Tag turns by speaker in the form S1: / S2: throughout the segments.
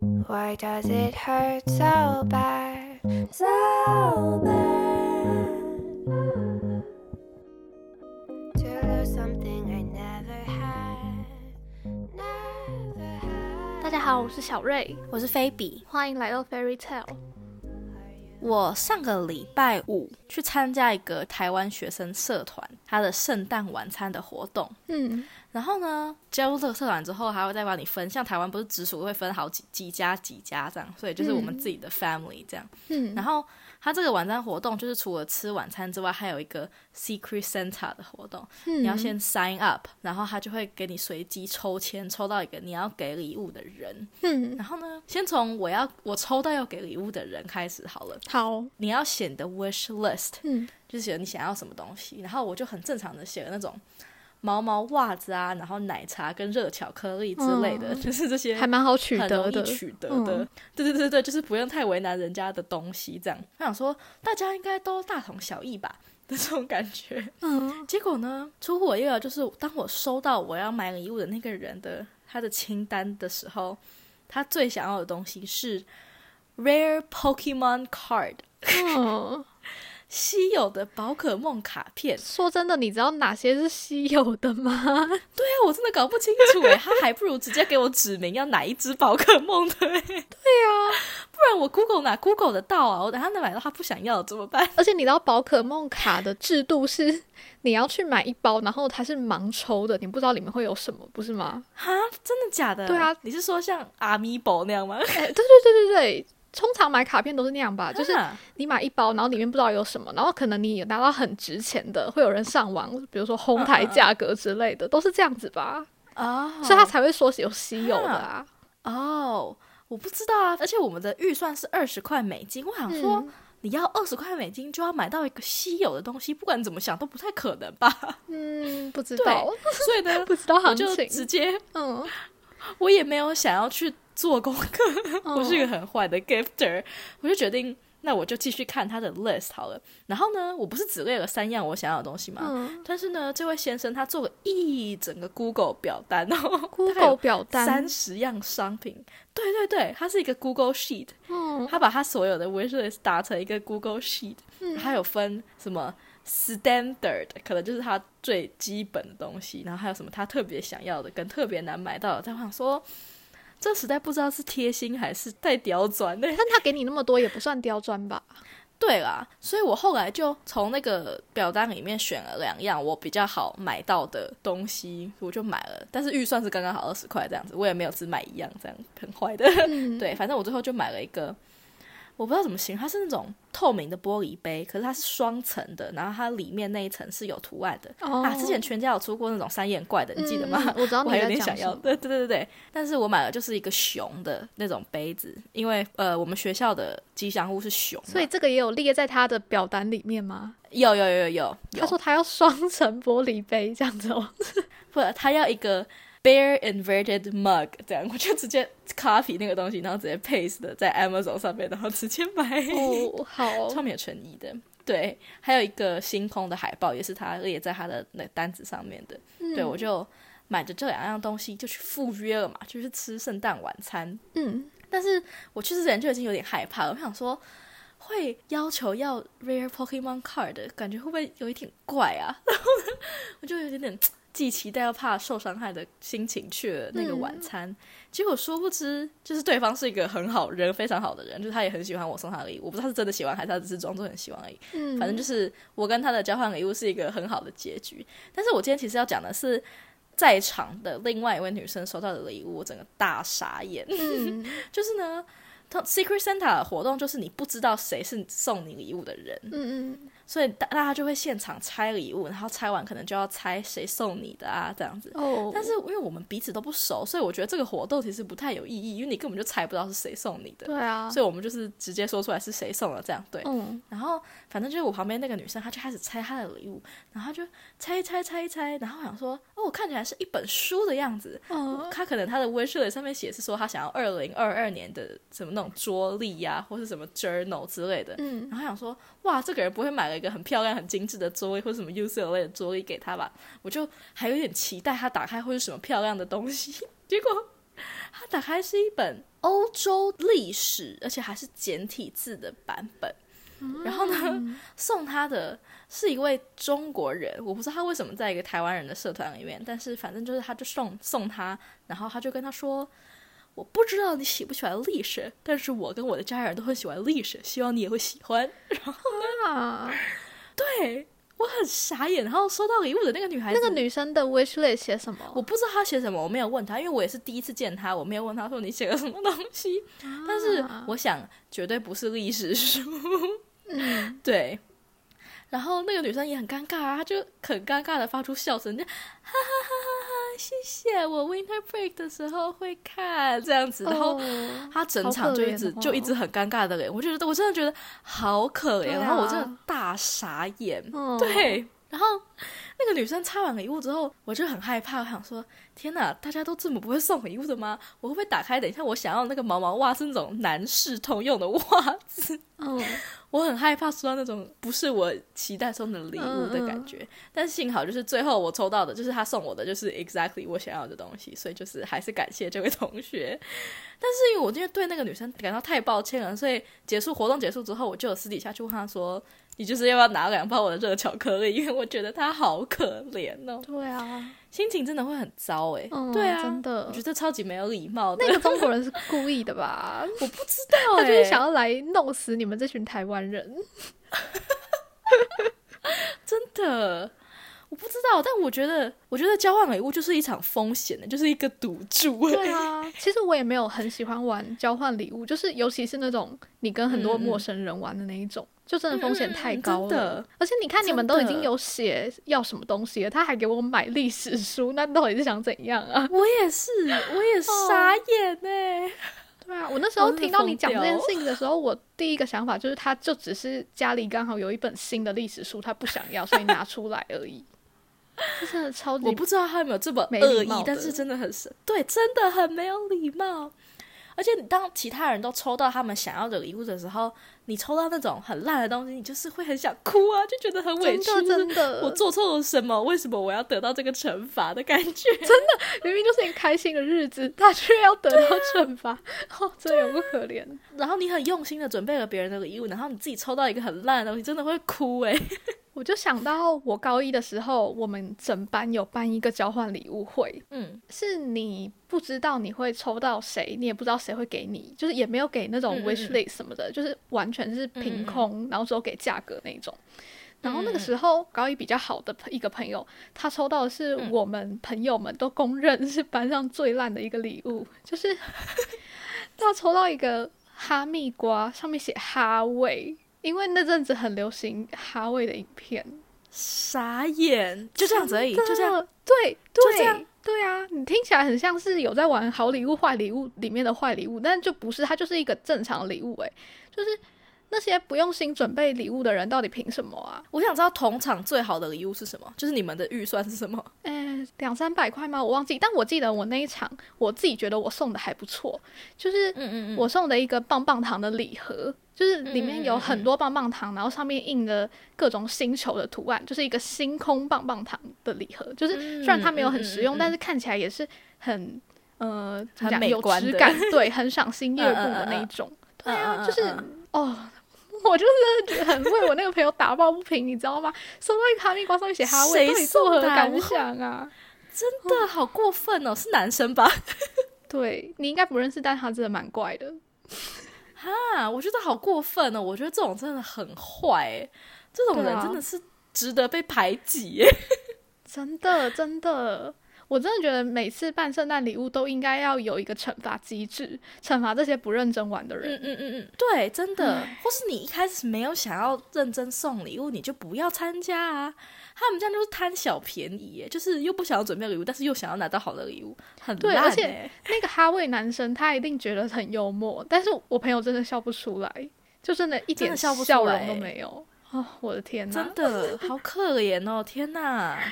S1: Why does it hurt so bad?
S2: So bad.
S1: To lose something I never had. Never
S3: 大
S1: had.
S3: 家好，我是小瑞，
S2: 我是菲比。
S3: 欢迎来到 Fairy Tale。
S2: 我上个礼拜五去参加一个台湾学生社团他的圣诞晚餐的活动，
S3: 嗯，
S2: 然后呢，加入这个社团之后，还会再帮你分，像台湾不是直属会分好几几家几家这样，所以就是我们自己的 family 这样。
S3: 嗯
S2: 然后他这个晚餐活动就是除了吃晚餐之外，还有一个 secret Santa 的活动，
S3: 你
S2: 你要先 sign up，然后他就会给你随机抽签，抽到一个你要给礼物的人。
S3: 嗯，
S2: 然后呢，先从我要我抽到要给礼物的人开始好了。
S3: 好，
S2: 你要写你的 wish list，
S3: 嗯
S2: 就是写你想要什么东西。然后我就很正常的写了那种毛毛袜子啊，然后奶茶跟热巧克力之类的，
S3: 嗯
S2: 就是这些
S3: 还蛮好取
S2: 很
S3: 得
S2: 容易
S3: 的，
S2: 取得的
S3: 嗯。
S2: 对、对对对，就是不用太为难人家的东西。这样，我想说大家应该都大同小异吧。的这种感觉，
S3: 嗯
S2: 结果呢，出乎我意料，就是当我收到我要买礼物的那个人的他的清单的时候，他最想要的东西是 Rare Pokemon Card，
S3: 嗯，
S2: 稀有的宝可梦卡片。
S3: 说真的，你知道哪些是稀有的吗？
S2: 对啊，我真的搞不清楚哎，他还不如直接给我指明要哪一只宝可 梦的哎。对呀、
S3: 啊
S2: 不然我 Google 哪 Google 得到啊？我等下能买到他不想要的怎么办？
S3: 而且你知道宝可梦卡的制度是你要去买一包，然后它是盲抽的，你不知道里面会有什么，不是吗？
S2: 哈，真的假的？
S3: 对啊，
S2: 你是说像 Amiibo 那样吗？
S3: 哎、对对对对对。通常买卡片都是那样吧，就是
S2: 啊
S3: 你买一包，然后里面不知道有什么，然后可能你拿到很值钱的，会有人上网，比如说哄
S2: 嗯
S3: 抬价格之类的，都是这样子吧，
S2: 哦，
S3: 所以他才会说有稀有的啊。
S2: 哦，我不知道啊，而且我们的预算是二十块美金，我想啊说。
S3: 嗯
S2: 你要二十块美金就要买到一个稀有的东西，不管怎么想都不太可能吧？
S3: 嗯，不知道，
S2: 所以 呢，
S3: 不知道
S2: 我
S3: 行
S2: 就
S3: 情。
S2: 直接，
S3: 嗯，
S2: 我也没有想要去做功课，
S3: 嗯
S2: 我是一个
S3: 哦
S2: 很坏的 gifter，我就决定，那我就继续看他的 list 好了。然后呢，我不是只列了三样我想要的东西吗？
S3: 嗯
S2: 但是呢，这位先生他做了一整个 Google 表单哦
S3: ，Google 表单
S2: 三，十样商品，对对对，它是一个 Google Sheet，
S3: 嗯
S2: 他把他所有的 wish list 打成一个 Google Sheet，、他有分什么 standard，可能就是他最基本的东西，然后还有什么他特别想要的跟特别难买到的。但我想说，这实在不知道是贴心还是太刁钻嘞。
S3: 但他给你那么多也不算刁钻吧？
S2: 对啦，所以我后来就从那个表单里面选了两样我比较好买到的东西，我就买了，但是预算是刚刚好二十块这样子，我也没有只买一样，这样很坏的。
S3: 嗯，
S2: 对，反正我最后就买了一个，我不知道怎么形容，它是那种透明的玻璃杯，可是它是双层的，然后它里面那一层是有图案的。
S3: 哦
S2: 啊，之前全家有出过那种三眼怪的，你记得吗？
S3: 嗯嗯我知道
S2: 我
S3: 你
S2: 还有
S3: 在
S2: 点
S3: 讲
S2: 想
S3: 什
S2: 要，
S3: 么。
S2: 对对对对对，但是我买的就是一个熊的那种杯子，因为呃，我们学校的吉祥物是熊嘛，
S3: 所以这个也有列在他的表单里面吗？
S2: 有有有有有，
S3: 他说他要双层玻璃杯这样子 哦。
S2: 不，他要一个 bear inverted mug，这样我 就直接 copy 那个东西，然后直接 paste 的在 Amazon 上面，然后直接买。
S3: 哦，好，
S2: 超没有诚意的。对，还有一个星空的海报也是他列在他的那单子上面的。对，
S3: 嗯
S2: 我就买着这两样东西就去赴约了嘛，就去吃圣诞晚餐。
S3: 嗯，
S2: 但是我去之前就已经有点害怕了，我想说会要求要 rare Pokemon card，的感觉会不会有一点怪啊？ 然后呢，我就有点点既期待又怕受伤害的心情去了那个晚餐。结果殊不知，就是对方是一个很好人，非常好的人，就是他也很喜欢我送他的礼物，我不知道他是真的喜欢还是他只是装作很喜欢而已。
S3: 嗯
S2: 反正就是我跟他的交换礼物是一个很好的结局。但是我今天其实要讲的是。在场的另外一位女生收到的礼物，我整个大傻眼。
S3: 嗯
S2: 就是呢，它 Secret Santa 的活动就是你不知道谁是送你礼物的人，
S3: 嗯嗯，
S2: 所以大大家就会现场拆礼物，然后拆完可能就要猜谁送你的啊，这样子。
S3: 哦，
S2: 但是因为我们彼此都不熟，所以我觉得这个活动其实不太有意义，因为你根本就猜不到是谁送你的，
S3: 对啊，
S2: 所以我们就是直接说出来是谁送了，这样对。
S3: 嗯
S2: 然后反正就是我旁边那个女生，她就开始拆她的礼物，然后她就拆一拆拆一拆，然后我想说，哦，我看起来是一本书的样子，
S3: 嗯
S2: 他可能他的 wish list 上面写是说他想要二零二二年的什么那种桌历呀、或是什么 journal 之类的。
S3: 嗯，
S2: 然后想说，哇，这个人不会买了一个很漂亮、很精致的桌历，或者什么 UCLA 的桌历给他吧？我就 还有点期待他打开会是什么漂亮的东西。结果他打开是一本欧洲历史，而且还是简体字的版本。然后呢，送他的是一位中国人，我不知道他为什么在一个台湾人的社团里面，但是反正就是他就送送他，然后他就跟他说：“我不知道你喜不喜欢历史，但是我跟我的家人都很喜欢历史，希望你也会喜欢。”
S3: 啊，
S2: 对我很傻眼。然后收到礼物的那个女孩子，
S3: 那个女生的 wish list 写什么？
S2: 我不知道她写什么，我没有问她，因为我也是第一次见她，我没有问她说你写了什么东西。
S3: 啊
S2: 但是我想绝对不是历史书，
S3: 嗯，
S2: 对。然后那个女生也很尴尬啊，她就很尴尬的发出笑声，就哈哈哈哈哈，谢谢，我 winter break 的时候会看这样子。然后
S3: 哦
S2: 他整场就一直、
S3: 好可怜哦
S2: 就一直很尴尬的脸，我就觉得我真的觉得好可怜，
S3: 对啊
S2: 然后我真的大傻眼。
S3: 嗯
S2: 对，然后那个女生拆完礼物之后，我就很害怕，我想说：天哪，大家都这么不会送礼物的吗？我会不会打开？等一下，我想要那个毛毛袜是那种男士通用的袜子，
S3: 嗯，
S2: 我很害怕收到那种不是我期待中的礼物的感
S3: 嗯
S2: 觉。但是幸好，就是最后我抽到的，就是他送我的，就是 exactly 我想要的东西，所以就是还是感谢这位同学。但是因为我因为对那个女生感到太抱歉了，所以结束活动结束之后，我就有私底下去问她说：“你就是要不要拿两包我的热巧克力？”因为我觉得她好可怜哦，
S3: 对啊，
S2: 心情真的会很糟哎、
S3: 嗯，
S2: 对啊，
S3: 真的
S2: 我觉得超级没有礼貌的。
S3: 那个中国人是故意的吧？
S2: 我不知道、欸，
S3: 他就是想要来弄死你们这群台湾人。
S2: 真的，我不知道，但我觉得，我觉得交换礼物就是一场风险的，就是一个赌注。
S3: 对啊，其实我也没有很喜欢玩交换礼物，就是尤其是那种你跟很多陌生人玩的那一种，就真的风险太高
S2: 嗯嗯嗯嗯真
S3: 了。
S2: 的
S3: 而且你看，你们都已经有写要什么东西了，他还给我买历史书，那到底是想怎样啊？
S2: 我也是，我也傻眼呢、
S3: 对啊，我那
S2: 哦
S3: 时候听到你讲这件
S2: 我真的
S3: 事情的时候，我第一个想法就是，他就只是家里刚好有一本新的历史书，他不想要，所以拿出来而已。这真的超级
S2: 哦我不知道他有没有这么
S3: 没
S2: 恶
S3: 礼貌
S2: 意
S3: 的，
S2: 但是真的很是，对，真的很没有礼貌。而且当其他人都抽到他们想要的礼物的时候，你抽到那种很烂的东西，你就是会很想哭啊，就觉得很委屈，
S3: 真的
S2: 就
S3: 真
S2: 是
S3: 的，
S2: 我做错了什么？为什么我要得到这个惩罚的感觉？
S3: 明明就是一个开心的日子，他却要得
S2: 啊
S3: 到惩罚，哦，真的有不可怜。
S2: 然后你很用心的准备了别人的礼物，然后你自己抽到一个很烂的东西，真的会哭哎、
S3: 我就想到我高一的时候，我们整班有办一个交换礼物会，
S2: 嗯，
S3: 是你不知道你会抽到谁，你也不知道谁会给你，就是也没有给那种
S2: 嗯嗯嗯嗯
S3: wish list 什么的，就是完全是凭空，然后只有给价格那一种。然后那个
S2: 嗯嗯
S3: 时候高一比较好的朋一个朋友，他抽到的是
S2: 嗯
S3: 我们朋友们都公认是班上最烂的一个礼物，就是 他抽到一个哈密瓜，上面写哈味，因为那阵子很流行哈味的影片，
S2: 傻眼，就这样子而已，
S3: 真的
S2: 就这样。，
S3: 对，
S2: 就
S3: 对
S2: 这样，
S3: 对啊，你听起来很像是有在玩好礼物、坏礼物里面的坏礼物，但就不是，它就是一个正常的礼物、诶，就是那些不用心准备礼物的人到底凭什么啊？
S2: 我想知道同场最好的礼物是什么，就是你们的预算是什么？
S3: 诶，两三百块吗？我忘记，但我记得我那一场，我自己觉得我送的还不错，就是
S2: 嗯
S3: 我送的一个棒棒糖的礼盒，就是里面有
S2: 嗯
S3: 很多棒棒糖，然后上面印了各种星球的图案，就是一个星空棒棒糖的礼盒。就是虽然它没有很实用，
S2: 嗯嗯嗯嗯
S3: 但是看起来也是很呃怎么
S2: 很
S3: 讲
S2: 美
S3: 有
S2: 观
S3: 质
S2: 的
S3: 感， 对，很赏心悦目的
S2: 嗯嗯嗯
S3: 那
S2: 嗯
S3: 一种。对
S2: 嗯
S3: 啊，
S2: 嗯嗯
S3: 就是
S2: 嗯
S3: 哦。我就是觉得很为我那个朋友打抱不平，你知道吗？收到一个哈密瓜上面写哈味，
S2: 谁
S3: 到底作何
S2: 送的啊
S3: 感
S2: 我
S3: 想啊？
S2: 真的好过分哦，是男生吧？
S3: 对你应该不认识，但他真的蛮怪的。
S2: 啊，我觉得好过分哦，我觉得这种真的很坏、欸，这种
S3: 对
S2: 人
S3: 啊
S2: 真的是值得被排挤、欸耶。
S3: 真的，真的，我真的觉得每次办圣诞礼物都应该要有一个惩罚机制，惩罚这些不认真玩的人。
S2: 嗯嗯嗯嗯，对，真的，或是你一开始没有想要认真送礼物，你就不要参加啊。他们这样就是贪小便宜耶，就是又不想要准备礼物，但是又想要拿到好的礼物，很
S3: 对
S2: 烂
S3: 而且
S2: 耶
S3: 那个哈味男生他一定觉得很幽默，但是我朋友真的笑不出来，就真的一
S2: 真
S3: 点
S2: 的笑不出
S3: 笑
S2: 来欸
S3: 容都没有。哦，我的天哪
S2: 真！的 好可怜哦！天哪，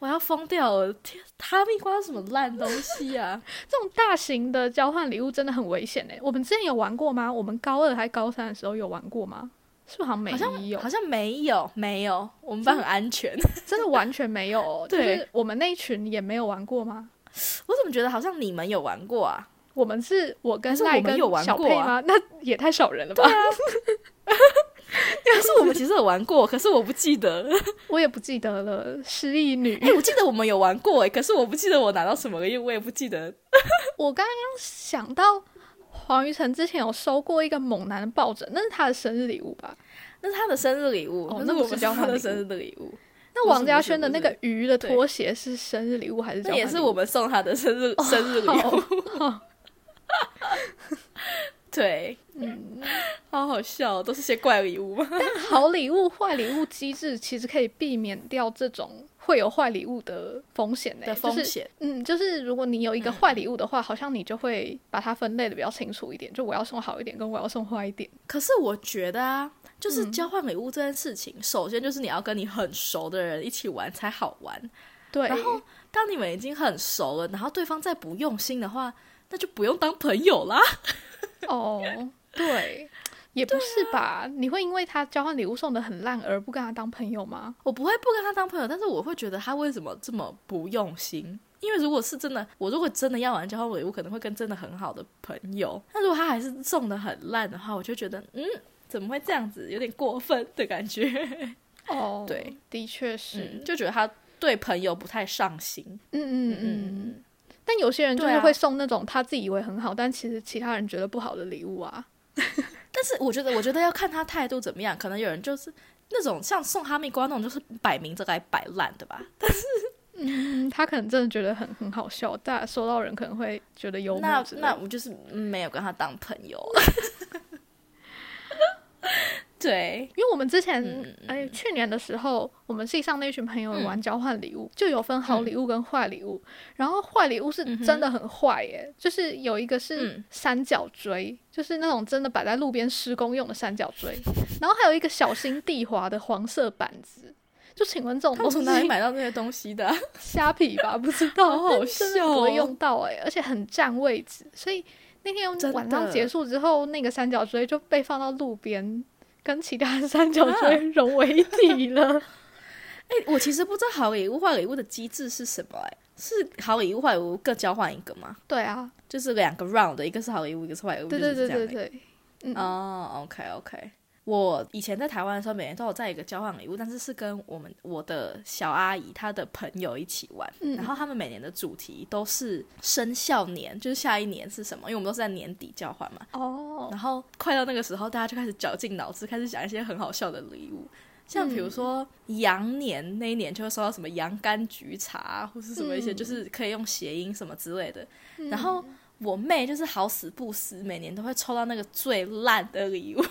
S2: 我要疯掉了！天，哈密瓜是什么烂东西 啊？
S3: 这种大型的交换礼物真的很危险哎。我们之前有玩过吗？我们高二还高三的时候有玩过吗？是不是好像没
S2: 好像
S3: 有
S2: 好？像没有没有，我们班很安全。
S3: 真的完全没有哦。就
S2: 对
S3: 是我们那一群也没有玩过吗？
S2: 我怎么觉得好像你们有玩过啊？
S3: 我们是我跟
S2: 可是我
S3: 那一
S2: 们
S3: 个
S2: 有玩
S3: 小
S2: 过
S3: 佩
S2: 啊
S3: 吗？那 也太少人了吧！
S2: 可是我们其实有玩过，可是我不记得。
S3: 我也不记得了，失忆女。
S2: 哎、我记得我们有玩过哎，可是我不记得我拿到什么，因为我也不记得。
S3: 我刚刚想到黄于成之前有收过一个猛男的抱枕，那是他的生日礼物吧？
S2: 那是他的生日礼物，
S3: 哦
S2: 那
S3: 那
S2: 是
S3: 不
S2: 我
S3: 是
S2: 们
S3: 交
S2: 他
S3: 换
S2: 的
S3: 礼
S2: 生
S3: 物
S2: 日的礼物，
S3: 那
S2: 不是
S3: 王
S2: 不
S3: 家
S2: 是
S3: 轩的
S2: 不
S3: 那
S2: 是
S3: 个鱼的
S2: 对
S3: 拖鞋是生日礼物还是交
S2: 那
S3: 换礼
S2: 也
S3: 物？
S2: 是我们送他的哦生日、生日礼物。 对，
S3: 嗯，
S2: 好好笑哦，都是些怪礼物嘛。
S3: 但好礼物、坏礼物机制其实可以避免掉这种会有坏礼物的风险呢、就是
S2: 险，嗯
S3: 嗯，就是如果你有一个坏礼物的话，好像你就会把它分类的比较清楚一点，就我要送好一点，跟我要送坏一点。
S2: 可是我觉得啊，就是交换礼物这件事情，首先就是你要跟你很熟的人一起玩才好玩。
S3: 对，
S2: 然后当你们已经很熟了，然后对方再不用心的话，那就不用当朋友啦。
S3: 哦，对， 也不是
S2: 啊
S3: 吧？你会因为他交换礼物送的很烂而不跟他当朋友吗？
S2: 我不会不跟他当朋友，但是我会觉得他为什么这么不用心？因为如果是真的，我如果真的要玩交换礼物，可能会跟真的很好的朋友。那如果他还是送的很烂的话，我就觉得，嗯，怎么会这样子？有点过分的感觉。
S3: 哦，
S2: 对，
S3: 的确 是，
S2: 嗯，就觉得他对朋友不太上心。
S3: 嗯嗯
S2: 嗯
S3: 嗯。但有些人就
S2: 对
S3: 是
S2: 啊
S3: 会送那种他自己以为很好，但其实其他人觉得不好的礼物啊。
S2: 但是我觉得，我觉得要看他态度怎么样。可能有人就是那种像送哈密瓜那种，就是摆明着来摆烂的吧。
S3: 嗯，他可能真的觉得很很好笑，但收到人可能会觉得幽默
S2: 那
S3: 之类
S2: 那
S3: 的。
S2: 我就是没有跟他当朋友。 对，
S3: 因为我们之前
S2: 嗯，
S3: 哎、去年的时候，我们系上那群朋友玩交换礼物，就有分
S2: 嗯
S3: 好礼物跟坏礼物。然后坏礼物是真的很坏耶，就是有一个是
S2: 嗯
S3: 三角锥，就是那种真的摆在路边施工用的三角锥。然后还有一个小心地滑的黄色板子。就请问这种
S2: 他
S3: 东
S2: 们
S3: 西
S2: 从哪里买到这些东西的啊、
S3: 虾皮吧，不知道，
S2: 好
S3: 但 真的
S2: 笑
S3: 不
S2: 哦
S3: 会用到哎、而且很占位置，所以那天
S2: 真的
S3: 晚上结束之后，那个三角锥就被放到路边，跟其他的三角锥融为一体了。
S2: 哎、我其实不知道好礼物坏礼物的机制是什么、哎，是好礼物坏礼物各交换一个吗？
S3: 对 啊，
S2: 就是两个 round，一个是好礼物，一个是坏礼物，
S3: 对对
S2: 就是
S3: 对
S2: 这样
S3: 对
S2: 而已
S3: 对，欸嗯，
S2: 哦，OK OK。我以前在台湾的时候，每年都有在一个交换礼物，但是是跟我们我的小阿姨她的朋友一起玩，
S3: 嗯
S2: 然后他们每年的主题都是生肖年，就是下一年是什么，因为我们都是在年底交换嘛。
S3: 哦，
S2: 然后快到那个时候，大家就开始绞尽脑汁，开始想一些很好笑的礼物，像比如
S3: 嗯
S2: 说羊年那一年就会收到什么羊柑橘茶，啊或是什么一些
S3: 嗯
S2: 就是可以用谐音什么之类的。
S3: 嗯
S2: 然后我妹就是好死不死，每年都会抽到那个最烂的礼物。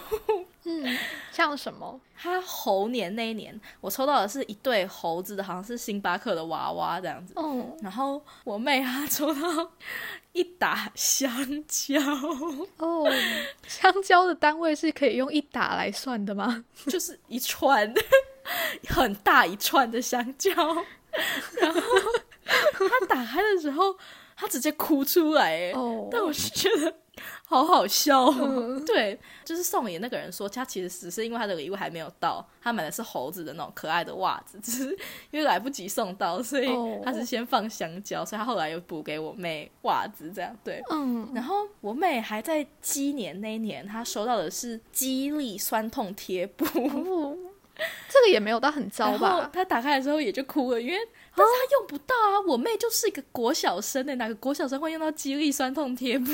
S3: 嗯，像什么？
S2: 她猴年那一年，我抽到的是一对猴子的，好像是星巴克的娃娃这样子。
S3: 哦，
S2: 然后我妹她抽到一打香蕉，
S3: 哦，香蕉的单位是可以用一打来算的吗？
S2: 就是一串 很大一串的香蕉， 然后他打开的时候，他直接哭出来哎、
S3: 哦，
S2: 但我是觉得好好笑、哦。
S3: 嗯
S2: 对，就是送你那个人说，他其实只是因为他的礼物还没有到，他买的是猴子的那种可爱的袜子，只是因为来不及送到，所以
S3: 哦
S2: 他是先放香蕉，所以他后来又补给我妹袜子，这样对。
S3: 嗯，
S2: 然后我妹还在鸡年那一年，她收到的是激励酸痛贴布，
S3: 哦，这个也没有到很糟
S2: 然后
S3: 吧？
S2: 她打开的时候也就哭了，因为但是她用不到啊。我妹就是一个国小生的、哪个国小生会用到激励酸痛贴布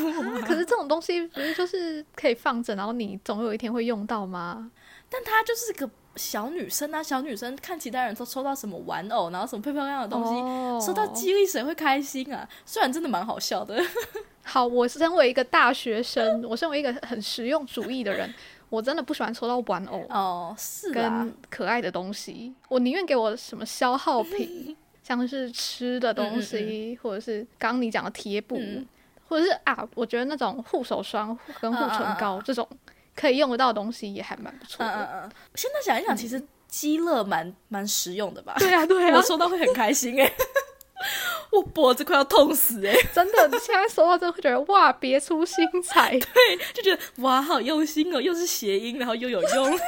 S2: 啊、
S3: 可是这种东西不是就是可以放着，然后你总有一天会用到吗？
S2: 但她就是个小女生啊，小女生看其他人都抽到什么玩偶，然后什么漂漂亮亮的东西，
S3: 哦
S2: 收到激励谁会开心啊？虽然真的蛮好笑的，
S3: 好，我身为一个大学生，我身为一个很实用主义的人，我真的不喜欢抽到玩偶
S2: 哦，是啊
S3: 跟，可爱的东西，我宁愿给我什么消耗 品，像是吃的东西，或者是刚刚你讲的贴布，
S2: 嗯
S3: 或者是啊，我觉得那种护手霜跟护
S2: 嗯嗯
S3: 唇
S2: 嗯
S3: 膏、这种可以用得到的东西也还蛮不错
S2: 嗯
S3: 的。
S2: 嗯嗯。现在想一想，其实鸡乐蛮蛮实用的吧？
S3: 对啊，对啊
S2: 我，收到会很开心哎、 我脖子快要痛死哎、
S3: 真的，你现在收到真的会觉得哇，别出心裁。
S2: 就觉得哇，好用心哦，又是谐音，然后又有用。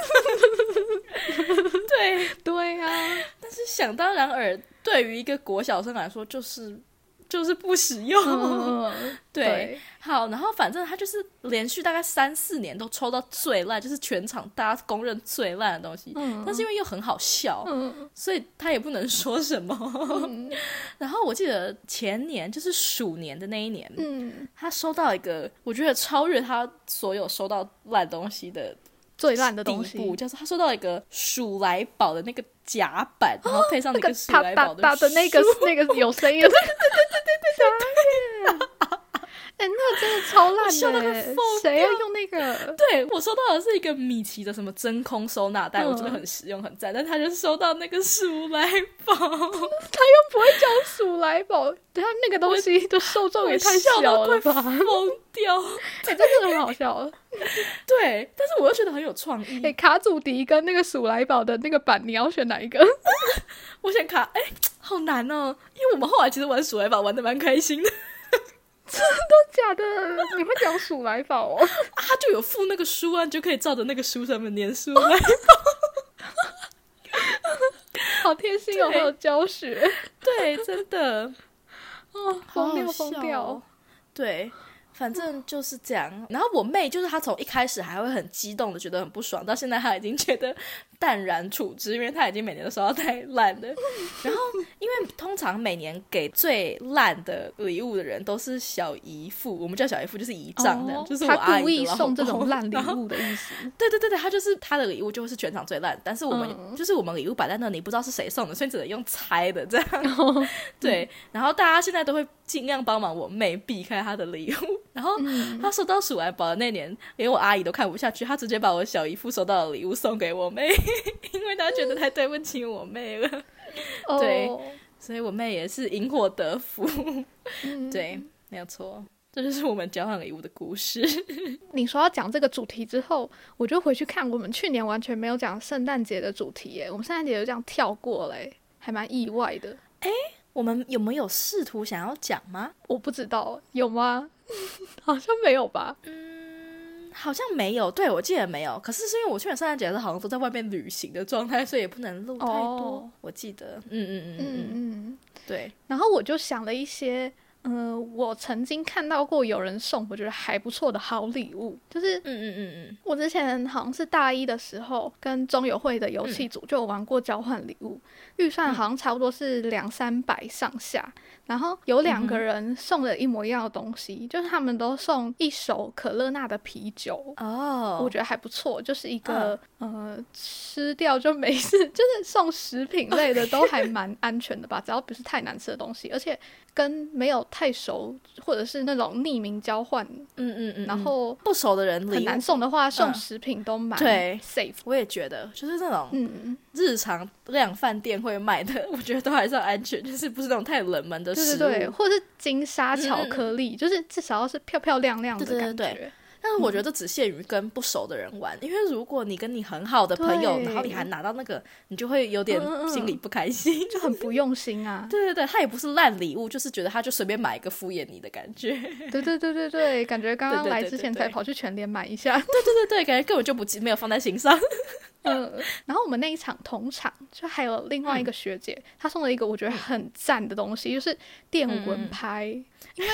S2: 对，
S3: 对啊，
S2: 但是想当然尔，对于一个国小生来说，就是就是不实用。
S3: 嗯，
S2: 对好，然后反正他就是连续大概三四年都抽到最烂，就是全场大家公认最烂的东西。
S3: 嗯
S2: 但是因为又很好笑，
S3: 嗯
S2: 所以他也不能说什么。
S3: 嗯
S2: 然后我记得前年就是鼠年的那一年，
S3: 嗯，
S2: 他收到一个我觉得超越他所有收到烂东西的
S3: 最烂的
S2: 第
S3: 东
S2: 一
S3: 西，
S2: 步，叫做他收到一个鼠来宝的那个夹板，然后配上
S3: 哦那
S2: 那
S3: 个
S2: 个鼠
S3: 打
S2: 来
S3: 打
S2: 宝
S3: 打的那个那个有声音的，对对对对对对对。哎，那个真的超
S2: 我笑到
S3: 烂
S2: 快
S3: 的欸
S2: 疯，
S3: 谁要用那个？
S2: 对我收到的是一个米奇的什么真空收纳袋，
S3: 嗯
S2: 我觉得很实用很赞，但他就收到那个鼠来宝，
S3: 不会叫鼠来宝，对他那个东西的受众也 太小了吧？
S2: 疯掉。
S3: 哎，真的很好笑。
S2: 对，但是我又觉得很有创意。
S3: 哎，卡祖笛跟那个鼠来宝的那个版，你要选哪一个？
S2: 我想卡，哎、好难哦，因为我们后来其实玩鼠来宝玩的蛮开心的，啊
S3: 假的，你会讲鼠来宝哦？
S2: 他就有附那个书啊，你就可以照着那个书上面念书来。
S3: 好贴心哦，还
S2: 对
S3: 有教学，
S2: 对，真的。
S3: 哦，疯掉疯掉，。
S2: 哦对，反正就是这样。然后我妹就是她从一开始还会很激动的觉得很不爽，到现在她已经觉得淡然处之，因为她已经每年都收到太烂的。然后因为通常每年给最烂的礼物的人都是小姨父，我们叫小姨父就是姨丈的，
S3: 哦
S2: 就是我阿
S3: 他
S2: 姨
S3: 故
S2: 的
S3: 意
S2: 老
S3: 送这种
S2: 公
S3: 烂礼。
S2: 然后
S3: 物的意思。
S2: 对对对对，他就是他的礼物就是全场最烂，但是我们、
S3: 嗯
S2: 就是我们礼物摆在那里，不知道是谁送的，所以只能用猜的这样。 对，然后大家现在都会尽量帮忙我妹避开她的礼物。然后
S3: 嗯
S2: 她收到鼠来宝的那年，连我阿姨都看不下去，她直接把我小姨夫收到的礼物送给我妹， 因为她觉得太对不起我妹了，
S3: 哦
S2: 对， 所以我妹也是因祸得福。
S3: 嗯，
S2: 对，没有错。这就是我们交换礼物的故事。
S3: 你说要讲这个主题之后，我就回去看我们去年完全没有讲圣诞节的主题耶，我们圣诞节就这样跳过嘞，还蛮意外的。
S2: 我们有没有试图想要讲吗？
S3: 我不知道有吗？ 好像没有吧。
S2: 好像没有，对我记得没有。可是是因为我去年圣诞节的时候好像都在外面旅行的状态，所以也不能录太多。
S3: 哦
S2: 我记得，嗯嗯嗯
S3: 嗯
S2: 嗯，嗯
S3: 嗯。
S2: 对，
S3: 然后我就想了一些，嗯、我曾经看到过有人送我觉得还不错的好礼物，就是
S2: 嗯嗯嗯嗯，
S3: 我之前好像是大一的时候，跟中友会的
S2: 嗯
S3: 游戏组就有玩过交换礼物，预算好像差不多是两三百上下。然后
S2: 嗯
S3: 有两个人送了一模一样的东西，就是他们都送一手可乐娜的啤酒。
S2: 哦，嗯
S3: 我觉得还不错，就是一个、呃，吃掉就没事， 就是送食品类的都还 蛮安全的吧，只要不是太难吃的东西，而且跟没有太熟或者是那种匿名交换，
S2: 嗯嗯嗯，
S3: 然
S2: 嗯
S3: 后
S2: 不熟的人
S3: 很
S2: 礼
S3: 难
S2: 物，
S3: 送的话，送
S2: 嗯
S3: 食品都蛮
S2: 对
S3: safe。
S2: 我也觉得就是那种
S3: 嗯，
S2: 日常量饭店会卖的， 我觉得都还算安全，就是不是那种太冷门的
S3: 对
S2: 食
S3: 对
S2: 物。
S3: 对，或者是金沙
S2: 嗯嗯
S3: 巧克力，就是至少要是漂漂亮亮的
S2: 对对
S3: 感觉。
S2: 对但是我觉得只限于跟不熟的人玩，因为如果你跟你很好的朋友，
S3: 嗯对
S2: 然后你还拿到那个，你就会有点
S3: 嗯嗯嗯
S2: 心里不开心。！
S3: 就很不用心啊
S2: 对对对，他也不是烂礼物，就是觉得他就随便买一个敷衍你的感觉。对
S3: 对对对对对，感觉刚
S2: 对
S3: 刚
S2: 对
S3: 来
S2: 对
S3: 之
S2: 对
S3: 前
S2: 对
S3: 才跑去全联买一下。
S2: 对对，感觉根本就不记没有放在心上。
S3: 嗯， 然后我们那一场同场就还有另
S2: 嗯
S3: 外一个学姐，她送了一个我觉得很赞的东西，就是电
S2: 嗯
S3: 蚊拍。因为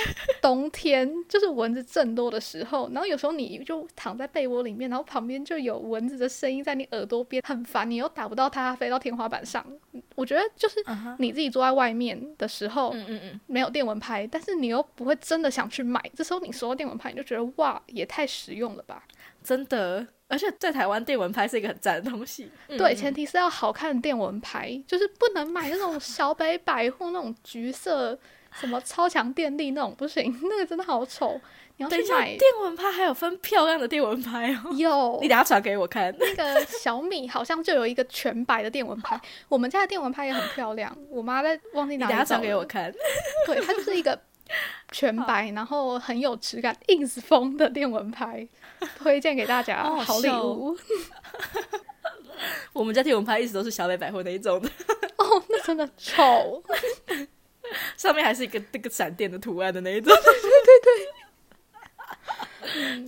S3: 冬天就是蚊子正多的时候，然后有时候你就躺在被窝里面，然后旁边就有蚊子的声音在你耳朵边，很烦，你又打不到它，它飞到天花板上。我觉得就是你自己坐在外面的时候，
S2: 嗯嗯嗯，
S3: 没有电蚊拍，但是你又不会真的想去买，这时候你收到电蚊拍，你就觉得哇，也太实用了吧。
S2: 真的。而且在台湾电蚊拍是一个很赞的东西。嗯
S3: 对，
S2: 嗯
S3: 前提是要好看的电蚊拍，就是不能买那种小北百货那种橘色什么超强电力那种，不行，那个真的好丑。你要去
S2: 等一下，
S3: 买
S2: 电蚊拍还有分漂亮的电蚊拍哦。
S3: 有
S2: 你等下传给我看。
S3: 那个小米好像就有一个全白的电蚊拍，我们家的电蚊拍也很漂亮，我妈在忘记
S2: 你
S3: 拿
S2: 等
S3: 里
S2: 下
S3: 找
S2: 传给我
S3: 了，
S2: 看。
S3: 对，它就是一个全白，然后很有质感，ins 风的电蚊拍，推荐给大家，
S2: 好好
S3: 好礼
S2: 笑哦
S3: 物。
S2: 我们家电蚊拍一直都是小北百货那一 种的，
S3: 哦，那真的丑。
S2: 上面还是一个那个闪电的图案的那一种。对对对对。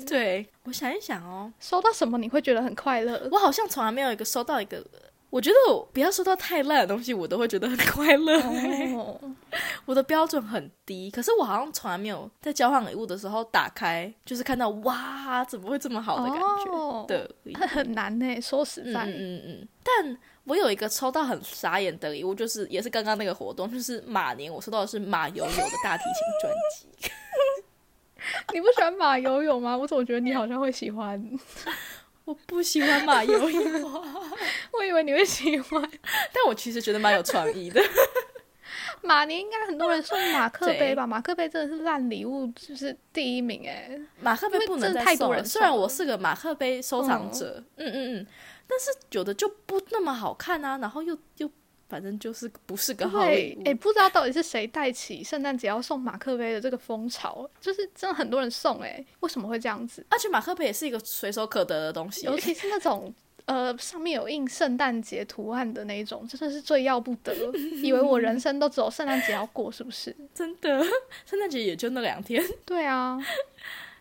S2: 对，我想一想哦，
S3: 收到什么你会觉得很快 乐？
S2: 我好像从来没有一个收到一个，我觉得我不要收到太烂的东西，我都会觉得很快乐、
S3: 哦，
S2: 我的标准很低，可是我好像从来没有在交换礼物的时候打开，就是看到哇，怎么会这么好的感觉
S3: 哦，
S2: 的礼物。
S3: 很难呢、说实
S2: 嗯
S3: 在，
S2: 嗯嗯嗯，但我有一个抽到很傻眼的礼物，就是也是刚刚那个活动，就是马年我抽到的是马友友的大提琴专辑。
S3: 你不喜欢马友友吗？我总觉得你好像会喜欢，
S2: 我不喜欢马友友啊，
S3: 我以为你会喜欢
S2: 但我其实觉得蛮有创意的。
S3: 马年，应该很多人送马克杯
S2: 对
S3: 吧？马克杯真的是烂礼物，就是第一名哎、
S2: 马克杯不能
S3: 因为真的
S2: 再
S3: 太
S2: 送
S3: 多
S2: 了。
S3: 人
S2: 虽
S3: 送
S2: 然我是个马克杯收藏者，嗯嗯嗯，但是有的就不那么好看啊，然后又又反正就是不是个好礼
S3: 对
S2: 物，。
S3: 哎、不知道到底是谁带起圣诞节要送马克杯的这个风潮，就是真的很多人送哎、为什么会这样子？
S2: 而且马克杯也是一个随手可得的东西，
S3: 尤其是那种呃上面有印圣诞节图案的那一种，真的是最要不 得。以为我人生都只有圣诞节要过，是不是？
S2: 真的。 圣诞节也就那两 天，
S3: 对啊，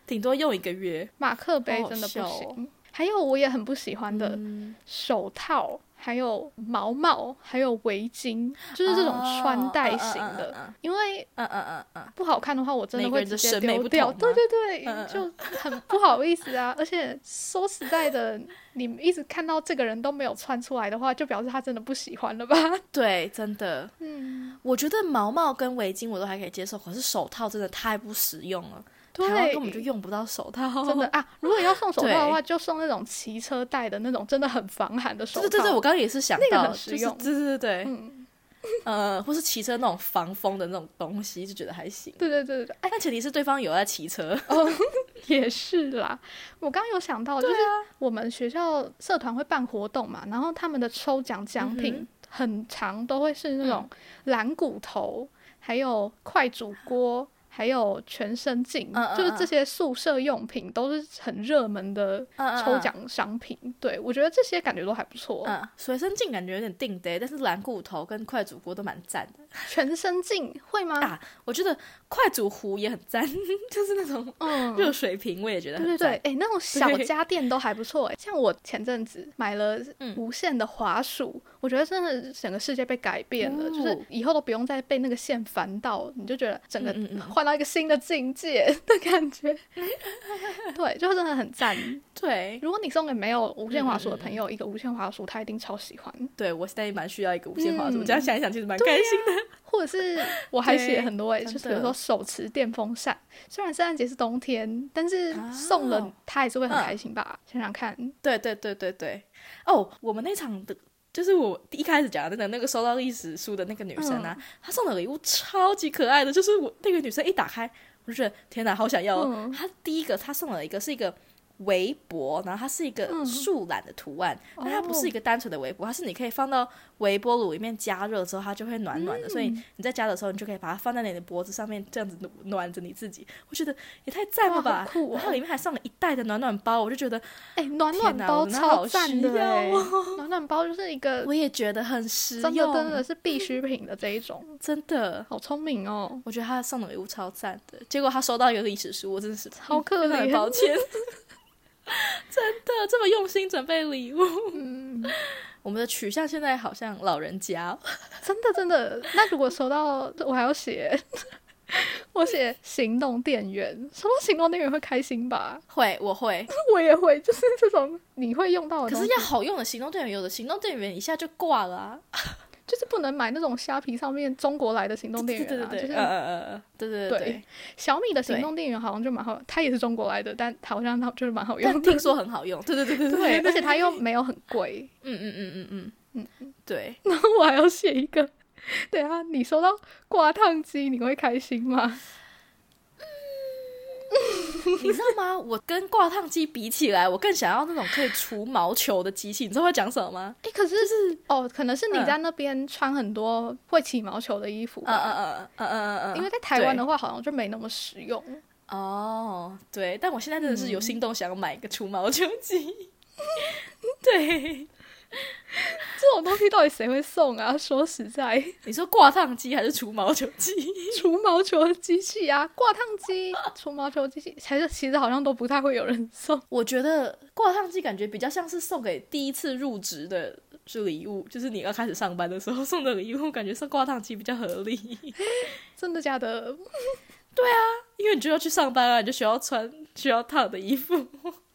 S2: 顶多用一个月。
S3: 马克杯
S2: 好
S3: 真的不
S2: 笑
S3: 行。
S2: 哦
S3: 还有我也很不喜欢的
S2: 嗯，
S3: 手套，还有毛帽，还有围巾，就是这种穿戴型的。
S2: 哦
S3: 因为
S2: 嗯嗯嗯嗯嗯嗯，
S3: 不好看的话，我真的
S2: 每个
S3: 会
S2: 人
S3: 直
S2: 的
S3: 接
S2: 审美
S3: 丢
S2: 不
S3: 掉。
S2: 同
S3: 对
S2: 啊
S3: 对对，
S2: 嗯嗯嗯
S3: 就很不好意思啊。 而且说实在的，你们一直看到这个人都没有穿出来的话，就表示他真的不喜欢 了吧？
S2: 对，真的，
S3: 嗯，
S2: 我觉得毛毛跟围巾我都还可以接受，可是手套真的太不实用了。
S3: 对，
S2: 台湾根本就用不到手套，
S3: 真的啊！如果要送手套的话，就送那种骑车戴的那种，真的很防寒的手
S2: 对
S3: 套。
S2: 对对对，我刚刚也是想
S3: 那个
S2: 到，
S3: 很实用
S2: 就是对对对对，
S3: 嗯，
S2: 呃，或是骑车那种防风的那种东西，就觉得还行。
S3: 对对对对对，哎，
S2: 但前提是对方有在骑车，
S3: 也是啦。我刚有想到，
S2: 啊
S3: 就是我们学校社团会办活动嘛，然后他们的抽奖奖
S2: 嗯
S3: 品很长，都会是那种蓝骨头，还有快煮锅。还有全身镜，
S2: 嗯嗯
S3: 就是
S2: 嗯
S3: 这些宿舍用品都是很热门的抽奖商品。对我觉得这些感觉都还不错。
S2: 嗯，嗯，随身镜感觉有点定的，欸但是蓝骨头跟快煮锅都蛮赞的。
S3: 全身镜会吗？
S2: 啊我觉得快煮壶也很赞， 就是那种
S3: 嗯，
S2: 热水瓶，我也觉得
S3: 对对对，
S2: 很赞。
S3: 哎、那种小
S2: 对
S3: 家电都还不错哎、像我前阵子买了
S2: 嗯
S3: 无线的滑鼠，我觉得真的整个世界被改变了，就是
S2: 哦
S3: 以后都不用再被那个线烦到，你就觉得整个
S2: 嗯嗯嗯
S3: 换到一个新的境界的感觉。 对，就真的很赞。
S2: 对对
S3: 如果你送给没有无线滑鼠的
S2: 嗯
S3: 朋友一个无线滑鼠，他一定超喜欢。
S2: 我现在也蛮需要一个无线滑鼠，
S3: 嗯
S2: 这样想一想其实蛮开心的。
S3: 或者是我还写
S2: 对
S3: 很多哎、
S2: 真
S3: 就是比如
S2: 的
S3: 说手持电风扇，虽然圣诞节是冬天，但是送了
S2: 哦
S3: 他还是会很
S2: 嗯
S3: 开心吧？想想看，
S2: 对对对对对。哦，我们那场的，就是我一开始讲的那个那个收到历史书的那个女生
S3: 嗯
S2: 啊，她送的礼物超级可爱的，就是我那个女生一打开，我就觉得天哪，好想要、哦！
S3: 嗯
S2: 她第一个她送了一个是一个。围脖，然后它是一个
S3: 嗯
S2: 树懒的图案，
S3: 哦
S2: 但它不是一个单纯的围脖，它是你可以放到微波炉里面加热之后，它就会暖暖的，所以
S3: 嗯
S2: 你在家的时候，你就可以把它放在你的脖子上面，这样子暖暖着你自己。我觉得也太赞了
S3: 哇
S2: 吧！
S3: 好酷哦
S2: 然后里面还送了一袋的暖暖包，我就觉得
S3: 哎、暖暖
S2: 天哪
S3: 包
S2: 我真的
S3: 超
S2: 好
S3: 赞
S2: 需
S3: 的、
S2: 要
S3: 欸
S2: 哦
S3: 暖暖包就是一个
S2: 我也觉得很实
S3: 真
S2: 用，
S3: 的真的是必需品的这一种，
S2: 真的
S3: 好聪明哦，
S2: 我觉得他送的礼物超赞的。结果他收到一个历史书，我真的是
S3: 好可
S2: 真的很
S3: 怜。
S2: 抱歉。真的这么用心准备礼物，
S3: 嗯，
S2: 我们的取向现在好像老人家，哦
S3: 真的真的。那如果收到，我还要写， 我写行动电源，收到行动电源会开心吧？
S2: 会 我会，
S3: 我也会，就是这种 你会用到的
S2: 可
S3: 东
S2: 是
S3: 西，
S2: 要好用的行动电源，有的行动电源一下就挂了、啊。
S3: 就是不能买那种虾皮上面中国来的行动电
S2: 对
S3: 源
S2: 对
S3: 啊，
S2: 对，
S3: 就
S2: 嗯
S3: 是。
S2: 嗯嗯嗯，对对
S3: 对
S2: 对
S3: 小米的行
S2: 对
S3: 动电源好像就蛮好，它也是中国来的，但好像它就是蛮好用
S2: 但
S3: 的
S2: 听。说很好用，对对对对
S3: 对，而
S2: 对，
S3: 且它又没有很贵，
S2: 嗯嗯嗯嗯嗯嗯，对，
S3: 然 后我还要写一个。对啊，你收到挂烫机，你会开心吗？
S2: 你知道吗？我跟挂烫机比起来，我更想要那种可以除毛球的机器。你知道我在讲什么吗？
S3: 哎、可是、是哦，可能是你
S2: 嗯
S3: 在那边穿很多会起毛球的衣服
S2: 嗯
S3: 吧，
S2: 嗯嗯嗯嗯嗯嗯，
S3: 因为在台湾的话好像就没那么实用。
S2: 哦，对，但我现在真的是有心动，想买一个除毛球机。嗯 对，
S3: 这种东西到底谁会送啊？ 说实在，
S2: 你说挂烫机还是除毛球 机？
S3: 除毛球的机器啊，挂烫机、 除毛球机器，其实其实好像都不太会有人送。
S2: 我觉得挂烫机感觉比较像是送给第一次入职的是礼物，就是你要开始上班的时候送的礼物，感觉送挂烫机比较合 理，
S3: 真的假的？
S2: 因为你就要去上班啊，你就需要穿需要烫的衣服。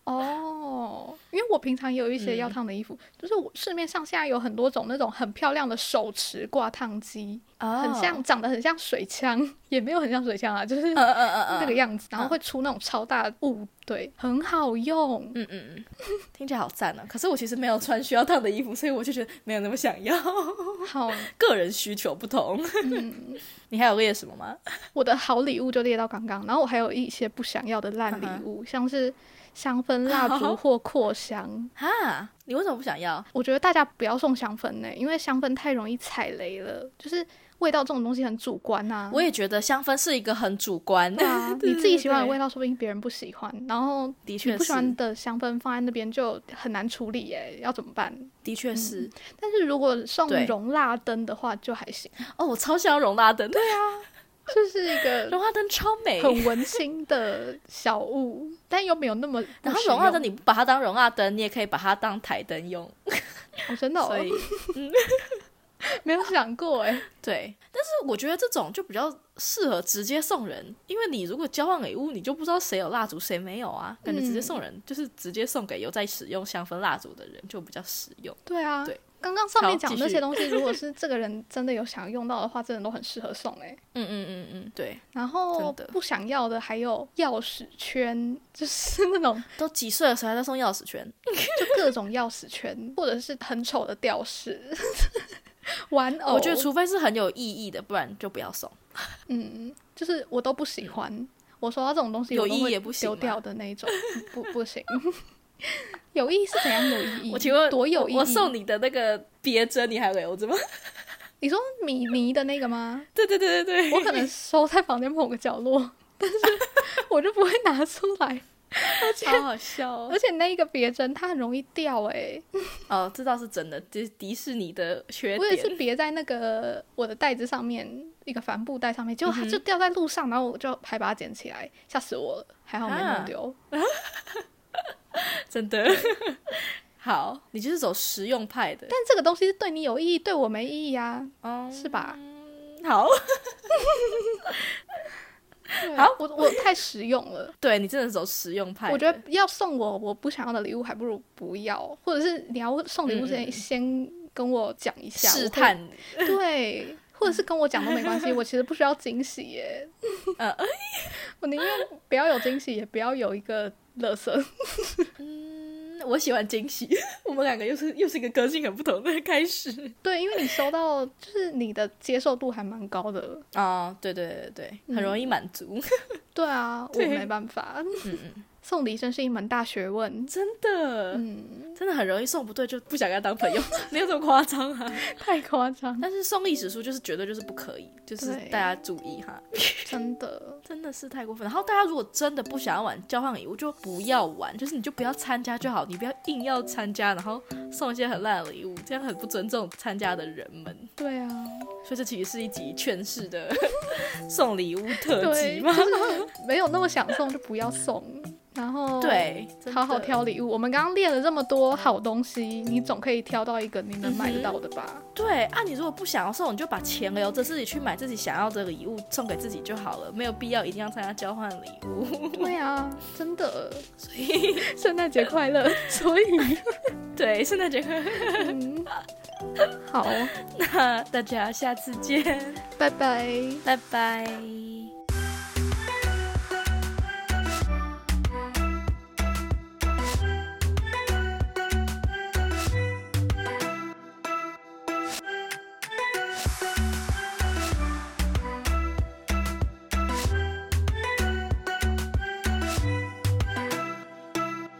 S3: 哦，因为我平常也有一些要烫的衣服，就是我市面上现在有很多种那种很漂亮的手持挂烫机，
S2: 哦
S3: 很像长得很像水枪，也没有很像水枪啊，就是
S2: 嗯嗯嗯
S3: 那
S2: 嗯
S3: 个样子，然后会出那种超大的雾，对，很好用。
S2: 嗯嗯嗯，听起来好赞啊！可是我其实没有穿需要烫的衣服，所以我就觉得没有那么想要，
S3: 好，
S2: 个人需求不同。
S3: 嗯，
S2: 你还有列什么吗？
S3: 我的好礼物就列到刚刚，然后我还有一些不想要的烂
S2: 嗯
S3: 礼
S2: 哼
S3: 物，像是香氛蜡 烛或扩香。
S2: 哈，你为什么不想要？
S3: 我觉得大家不要送香氛呢、因为香氛太容易踩雷了，就是味道这种东西很主观呐、
S2: 嗯我也觉得香氛是一个很主观，
S3: 对啊，
S2: 对
S3: 你自己喜欢
S2: 对
S3: 的
S2: 对
S3: 味道，说不定别人不喜欢，然后
S2: 的确
S3: 你
S2: 是，
S3: 不喜欢的香氛放在那边就很难处理耶、要怎么办？
S2: 的确是。
S3: 但是如果送
S2: 对
S3: 容蜡灯的话就还行，
S2: 哦，我超想要容蜡灯，
S3: 就是一 个
S2: 容蜡灯超美。
S3: 很温馨的小物，但又没有那么不
S2: 然后
S3: 实
S2: 容蜡灯，
S3: 用
S2: 你不把它当容蜡灯，你也可以把它当台灯用。
S3: 哦，真的、哦
S2: 所、以，
S3: 没有想过 哎、
S2: 对，但是我觉得这种就比较适合直接送人，因为你如果交换礼物，你就不知道谁有蜡烛谁没有啊，感觉直接
S3: 嗯
S2: 送人、就是直接送给有在使用香氛蜡烛的人就比较实用。
S3: 对啊，
S2: 对
S3: 刚刚上
S2: 好
S3: 面讲
S2: 继
S3: 那
S2: 续
S3: 些东西，如果是这个人真的有想用到的话，真的都很适合送哎、
S2: 嗯嗯嗯嗯，对，
S3: 然后
S2: 真的
S3: 不想要的还有钥匙圈， 就是那 种
S2: 都几岁的时候还在送钥匙圈，
S3: 就各种钥匙圈，或者是很丑的吊饰、 玩偶。
S2: 我觉得除非是很有意义的，不然就不要送。
S3: 嗯，就是我都不喜欢。我收到这种东西，
S2: 嗯有
S3: 我都
S2: 意义
S3: 会
S2: 也不行
S3: 丢
S2: 吗
S3: 掉的那一种，不不行。 有意义是怎样有意义？
S2: 我请问
S3: 多有
S2: 我
S3: 意义？
S2: 我送你的那个别针你还留着吗？
S3: 你说米妮的那个吗？
S2: 对对对 对对，
S3: 我可能收在房间某个角落， 但是我就不会拿出来。
S2: 超好笑哦
S3: 而。且那一个别针它很容易掉哎、
S2: 哦，这倒是真的，这是迪士尼的缺
S3: 我也是
S2: 点。
S3: 别在那个我的袋子上面，一个帆布袋上面，结果它
S2: 嗯哼
S3: 就掉在路上，然后我就还把它捡起来，吓死我了，还好没
S2: 啊
S3: 弄丢。
S2: 真的。 好，你就是走实用派的，
S3: 但这个东西是对你有意义，对我没意义啊，
S2: 哦，
S3: 是吧？
S2: 好，
S3: 对
S2: 好，
S3: 我我太实用 了，
S2: 对你真的走实用派的。
S3: 我觉得要送我我不想要的礼物，还不如不要，或者是你要送礼物之
S2: 嗯嗯嗯
S3: 前先跟我讲一下，
S2: 试探你，
S3: 我会， 对，或者是跟我讲都没关 系，我其实不需要惊喜耶，
S2: 呃，
S3: 我宁愿不要有惊喜，也不要有一个垃圾。
S2: 嗯我喜欢惊喜。 我们两个又是又是一个个性很不同的开始。
S3: 对，因为你收到，就是你的接受度还蛮高的。
S2: 哦，对对对对，很容易满足，
S3: 对啊，我
S2: 对
S3: 没办法，
S2: 嗯嗯，
S3: 送礼真是一门大学问。
S2: 真的，
S3: 嗯，
S2: 真的很容易送不对就不想跟他当朋 友，没有这么夸张 啊。
S3: 太夸张，
S2: 但是送历史书就是绝对就是不可以，就是
S3: 对
S2: 大家注意哈。
S3: 真的。
S2: 真的是太过分。然后大家如果真的不想要玩交换礼物，就不要玩，就是你就不要参加就好，你不要硬要参加，然后送一些很烂的礼物，这样很不尊重参加的人们。
S3: 对啊，
S2: 所以这其实是一集劝世 的送礼物特辑
S3: 对，
S2: 吗？
S3: 就是没有那么想送就不要送，然后
S2: 对，哦真的
S3: 好好。挑礼物。我们刚刚列了这么多好东西，你总可以挑到一个你能买
S2: 嗯哼
S3: 到的吧？
S2: 对，啊，你如果不想要送，你就把钱留着自己去买自己想要的礼物送给自己就好了，没有必要一定要参加交换礼物。
S3: 对啊，真的。所以圣诞节快乐。所以，
S2: 对，圣诞节快乐，
S3: 嗯，好，
S2: 那大家下次见，
S3: 拜拜。
S2: 拜拜。